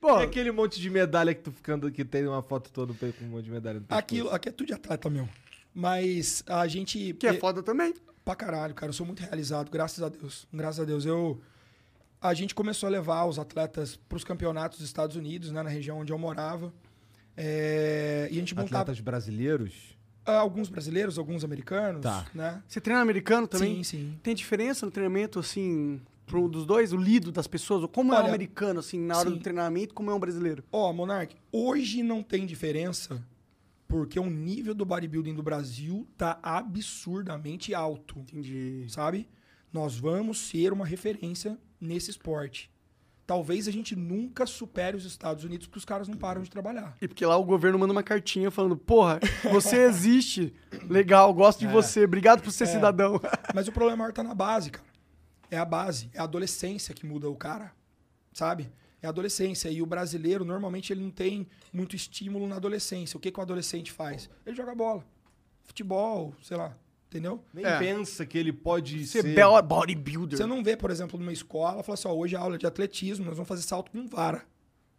Pô, E aquele monte de medalha que tu ficando que tem uma foto toda com um monte de medalha no pescoço? Aquilo, aqui é tudo de atleta, meu. Mas a gente. que é foda também. Pra caralho, cara. Eu sou muito realizado, graças a Deus. Graças a Deus. Eu. A gente começou a levar os atletas pros campeonatos dos Estados Unidos, né, na região onde eu morava. É, E a gente montava Atletas brasileiros? ah, alguns brasileiros, alguns americanos, Tá. né? Você treina americano também? Sim, sim. Tem diferença no treinamento, assim, pro dos dois? O lido das pessoas? Ou como é um Olha, americano, assim, na hora sim. do treinamento, como é um brasileiro? Ó, Monark, hoje não tem diferença porque o nível do bodybuilding do Brasil tá absurdamente alto. Entendi. sabe? Nós vamos ser uma referência nesse esporte. Talvez a gente nunca supere os Estados Unidos porque os caras não param de trabalhar. E porque lá o governo manda uma cartinha falando, porra, você existe, legal, gosto de você, obrigado por ser cidadão. Mas o problema maior tá na base, cara. É a base, é a adolescência que muda o cara, sabe? É a adolescência. E o brasileiro, normalmente, ele não tem muito estímulo na adolescência. O que, que o adolescente faz? Ele joga bola, futebol, sei lá, entendeu? Nem É. pensa que ele pode Você ser... é bo- bodybuilder. Você não vê, por exemplo, numa escola, fala assim, ó, hoje é aula de atletismo, nós vamos fazer salto com vara.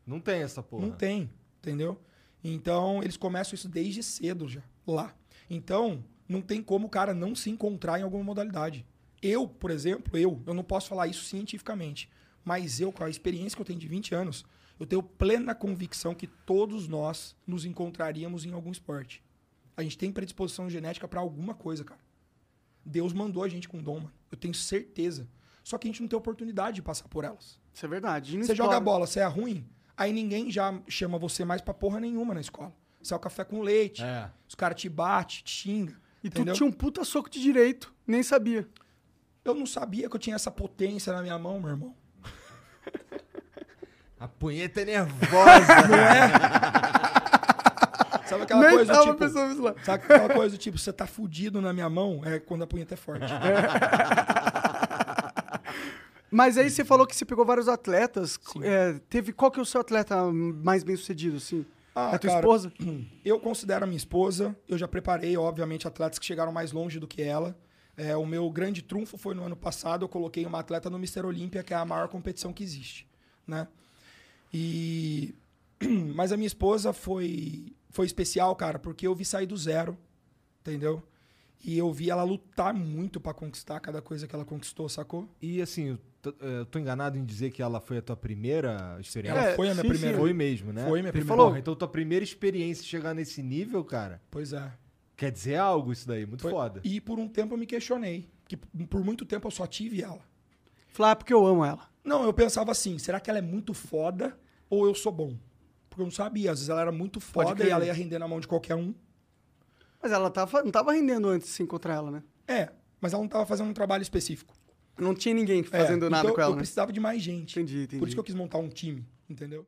Não tem essa porra. Não tem, entendeu? Então, eles começam isso desde cedo já, lá. Então, não tem como o cara não se encontrar em alguma modalidade. Eu, por exemplo, eu, eu não posso falar isso cientificamente, mas eu, com a experiência que eu tenho de 20 anos, eu tenho plena convicção que todos nós nos encontraríamos em algum esporte. A gente tem predisposição genética pra alguma coisa, cara. Deus mandou a gente com dom, mano. Eu tenho certeza. Só que a gente não tem oportunidade de passar por elas. Isso é verdade. E não Você explora. joga bola, você é ruim, aí ninguém já chama você mais pra porra nenhuma na escola. Você é o café com leite, É. os caras te batem, te xingam. E entendeu? tu tinha um puta soco de direito, nem sabia. Eu não sabia que eu tinha essa potência na minha mão, meu irmão. A punheta é nervosa. Sabe aquela nem coisa do tava tipo. pensando nisso lá. Sabe aquela coisa do tipo, você tá fudido na minha mão? É quando a punheta é forte. Mas aí você falou que você pegou vários atletas. é, teve qual que é o seu atleta mais bem sucedido, assim? Ah, a tua cara, esposa? Eu considero a minha esposa, eu já preparei, obviamente, atletas que chegaram mais longe do que ela. É, o meu grande trunfo foi no ano passado, eu coloquei uma atleta no Mr. Olímpia, que é a maior competição que existe, né? E mas a minha esposa foi foi especial, cara, porque eu vi sair do zero, entendeu? E eu vi ela lutar muito pra conquistar cada coisa que ela conquistou, sacou? e assim, eu tô, eh, eu tô enganado em dizer que ela foi a tua primeira experiência? Ela foi a minha É, sim, primeira. sim. Foi mesmo, né? É. Foi minha Ele primeira. falou, então tua primeira experiência chegar nesse nível, cara, Pois é. quer dizer algo isso daí, muito Foi- foda. E por um tempo eu me questionei, que por muito tempo eu só tive ela. Falar, ah, porque eu amo ela. Não, eu pensava assim, será que ela é muito foda ou eu sou bom? Porque eu não sabia, às vezes ela era muito foda crer. e ela ia render na mão de qualquer um. Mas ela tava, não tava rendendo antes de se encontrar ela, né? É, mas ela não tava fazendo um trabalho específico. Não tinha ninguém É, fazendo nada então com ela, Eu né? precisava de mais gente. Entendi, entendi. Por isso que eu quis montar um time, entendeu?